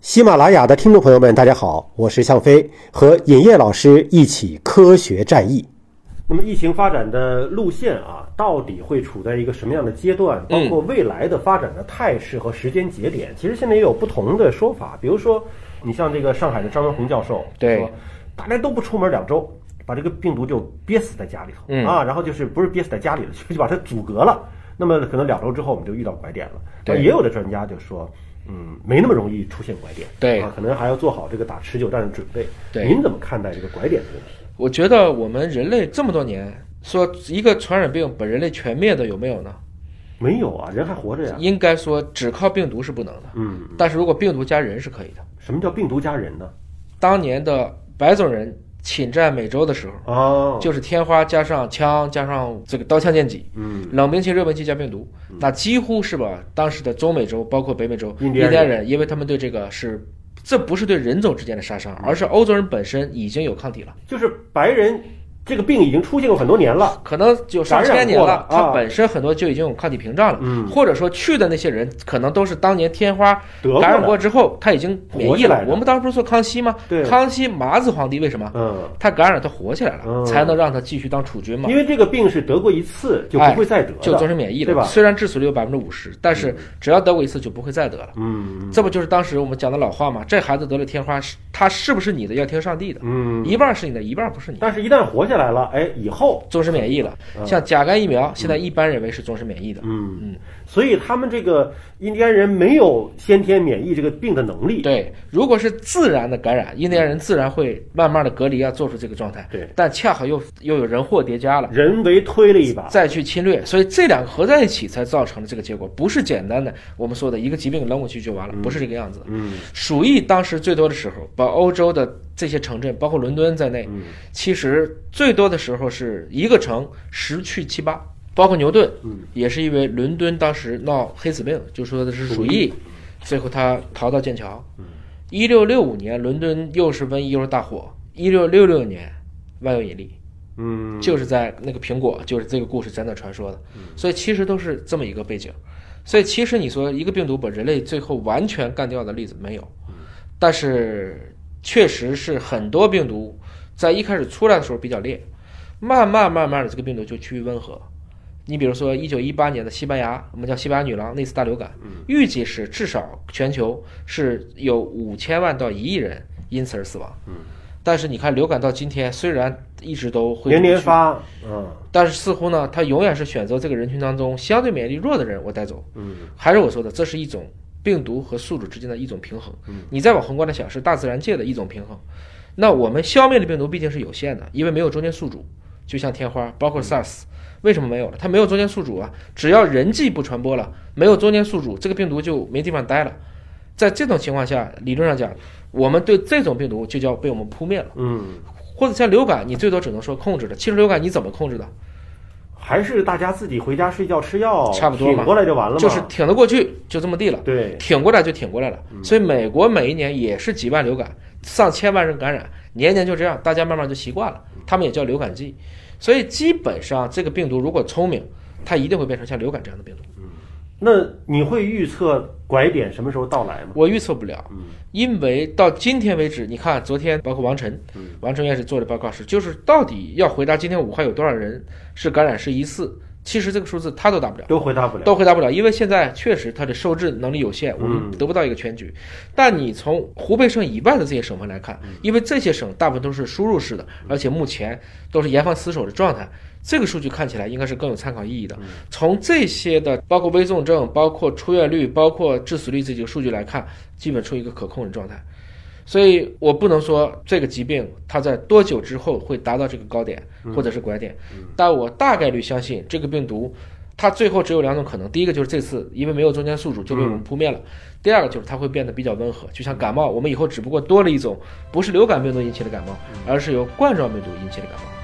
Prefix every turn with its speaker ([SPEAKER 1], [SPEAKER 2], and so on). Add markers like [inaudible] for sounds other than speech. [SPEAKER 1] 喜马拉雅的听众朋友们，大家好，我是向飞，和尹烨老师一起科学战役。那么疫情发展的路线啊，到底会处在一个什么样的阶段？包括未来的发展的态势和时间节点，其实现在也有不同的说法。比如说，你像这个上海的张文宏教授，
[SPEAKER 2] 对
[SPEAKER 1] 说，大家都不出门两周，把这个病毒就憋死在家里头、
[SPEAKER 2] 嗯
[SPEAKER 1] 啊，然后就是不是憋死在家里了， [laughs] 就把它阻隔了。那么可能两周之后我们就遇到拐点了。
[SPEAKER 2] 对
[SPEAKER 1] 也有的专家就说。嗯，没那么容易出现拐点，
[SPEAKER 2] 对
[SPEAKER 1] 啊，可能还要做好这个打持久战的准备。
[SPEAKER 2] 对
[SPEAKER 1] 您怎么看待这个拐点的问题？
[SPEAKER 2] 我觉得我们人类这么多年，说一个传染病把人类全灭的有没有呢？
[SPEAKER 1] 没有啊，人还活着呀。
[SPEAKER 2] 应该说只靠病毒是不能的，
[SPEAKER 1] 嗯，
[SPEAKER 2] 但是如果病毒加人是可以的。
[SPEAKER 1] 什么叫病毒加人呢？
[SPEAKER 2] 当年的白种人侵占美洲的时候，
[SPEAKER 1] 哦，
[SPEAKER 2] 就是天花加上枪加上这个刀枪剑戟，
[SPEAKER 1] 嗯，
[SPEAKER 2] 冷兵器、热兵器加病毒，那几乎是把当时的中美洲包括北美洲
[SPEAKER 1] 印
[SPEAKER 2] 印
[SPEAKER 1] 第安人
[SPEAKER 2] 第安人，因为他们对这个是。这不是对人种之间的杀伤，而是欧洲人本身已经有抗体了，
[SPEAKER 1] 就是白人这个病已经出现过很多年了。
[SPEAKER 2] 可能有上
[SPEAKER 1] 感染
[SPEAKER 2] 千年
[SPEAKER 1] 过
[SPEAKER 2] 了
[SPEAKER 1] 了，啊
[SPEAKER 2] 它本身很多就已经有抗体屏障了，
[SPEAKER 1] 嗯
[SPEAKER 2] 或者说去的那些人可能都是当年天花
[SPEAKER 1] 得过的
[SPEAKER 2] 感染过之后，他已经免
[SPEAKER 1] 活
[SPEAKER 2] 疫
[SPEAKER 1] 下来
[SPEAKER 2] 了
[SPEAKER 1] 的。
[SPEAKER 2] 我们当时不是说康熙吗？
[SPEAKER 1] 对
[SPEAKER 2] 康熙麻子皇帝为什么？
[SPEAKER 1] 嗯，
[SPEAKER 2] 他感染他活起来了，
[SPEAKER 1] 嗯
[SPEAKER 2] 才能让他继续当储君嘛
[SPEAKER 1] 因。为这个病是得过一次就不会再得的，
[SPEAKER 2] 哎就终身免疫
[SPEAKER 1] 对
[SPEAKER 2] 了，
[SPEAKER 1] 吧？
[SPEAKER 2] 虽然致死率有百分之五十，但是只要得过一次就不会再得了。
[SPEAKER 1] 嗯
[SPEAKER 2] 这不就是当时我们讲的老话吗？这孩子得了天花，是他是不是你的要听上帝的，
[SPEAKER 1] 嗯，
[SPEAKER 2] 一半是你的，一半不是你的。
[SPEAKER 1] 但是一旦活下来了，哎，以后
[SPEAKER 2] 终身免疫了，像甲肝疫苗，现在一般认为是终身免疫的。
[SPEAKER 1] 嗯嗯，所以他们这个印第安人没有先天免疫这个病的能力。
[SPEAKER 2] 对，如果是自然的感染，印第安人自然会慢慢的隔离啊，做出这个状态。
[SPEAKER 1] 对
[SPEAKER 2] 但恰好又又有人祸叠加了。
[SPEAKER 1] 人为推了一把，
[SPEAKER 2] 再去侵略，所以这两个合在一起才造成了这个结果，不是简单的我们说的一个疾病扔过去就完了，不是这个样子的。
[SPEAKER 1] 嗯，
[SPEAKER 2] 鼠疫当时最多的时候，把欧洲的这些城镇，包括伦敦在内，其实最多的时候是一个城十去七八，包括牛顿，也是因为伦敦当时闹黑死病，就说的是鼠疫，嗯最后他逃到剑桥。一六六五年，伦敦又是瘟疫又是大火。一六六六年，万有引力，
[SPEAKER 1] 嗯，
[SPEAKER 2] 就是在那个苹果，就是这个故事在那传说的，所以其实都是这么一个背景。所以其实你说一个病毒把人类最后完全干掉的例子没有，
[SPEAKER 1] 嗯
[SPEAKER 2] 但是确实是很多病毒在一开始出来的时候比较烈，慢慢慢慢的这个病毒就趋于温和。你比如说，一九一八年的西班牙，我们叫西班牙女郎那次大流感，
[SPEAKER 1] 嗯
[SPEAKER 2] 预计是至少全球是有五千万到一亿人因此而死亡。
[SPEAKER 1] 嗯
[SPEAKER 2] 但是你看，流感到今天虽然一直都会
[SPEAKER 1] 年年
[SPEAKER 2] 去
[SPEAKER 1] 发，嗯
[SPEAKER 2] 但是似乎呢，他永远是选择这个人群当中相对免疫力弱的人，我带走。
[SPEAKER 1] 嗯，
[SPEAKER 2] 还是我说的，这是一种病毒和宿主之间的一种平衡。嗯，你再往宏观的想，是大自然界的一种平衡。那我们消灭的病毒毕竟是有限的，因为没有中间宿主，就像天花，包括 SARS，、为什么没有了？它没有中间宿主啊！只要人际不传播了，没有中间宿主，这个病毒就没地方待了。在这种情况下，理论上讲，我们对这种病毒就叫被我们扑灭了。
[SPEAKER 1] 嗯，
[SPEAKER 2] 或者像流感，你最多只能说控制的。其实流感你怎么控制的？
[SPEAKER 1] 还是大家自己回家睡觉吃药，
[SPEAKER 2] 差不多嘛
[SPEAKER 1] 挺过来就完了嘛。
[SPEAKER 2] 就是挺得过去，就这么地了。
[SPEAKER 1] 对，嗯
[SPEAKER 2] 挺过来就挺过来了。所以美国每一年也是几万流感，上千万人感染，年年就这样，大家慢慢就习惯了。
[SPEAKER 1] 嗯
[SPEAKER 2] 他们也叫流感季，所以基本上这个病毒如果聪明，它一定会变成像流感这样的病毒。
[SPEAKER 1] 那你会预测拐点什么时候到来吗？
[SPEAKER 2] 我预测不了，
[SPEAKER 1] 嗯
[SPEAKER 2] 因为到今天为止，你看昨天包括王晨，
[SPEAKER 1] 嗯
[SPEAKER 2] 王晨院士做的报告是，就是到底要回答今天武汉有多少人是感染是疑似，其实这个数字他都答不了。
[SPEAKER 1] 都回答不了。
[SPEAKER 2] 都回答不了，因为现在确实它的受制能力有限，我
[SPEAKER 1] 嗯
[SPEAKER 2] 们得不到一个全局。但你从湖北省以外的这些省份来看，
[SPEAKER 1] 嗯
[SPEAKER 2] 因为这些省大部分都是输入式的，而且目前都是严防死守的状态，这个数据看起来应该是更有参考意义的。
[SPEAKER 1] 嗯
[SPEAKER 2] 从这些的包括危重症、包括出院率、包括致死率这几个数据来看，基本处于一个可控的状态。所以我不能说这个疾病它在多久之后会达到这个高点
[SPEAKER 1] 嗯
[SPEAKER 2] 或者是拐点，但我大概率相信这个病毒。它最后只有两种可能，第一个就是这次因为没有中间宿主就被我们扑灭了，第二个就是它会变得比较温和，就像感冒，我们以后只不过多了一种不是流感病毒引起的感冒，而是由冠状病毒引起的感冒。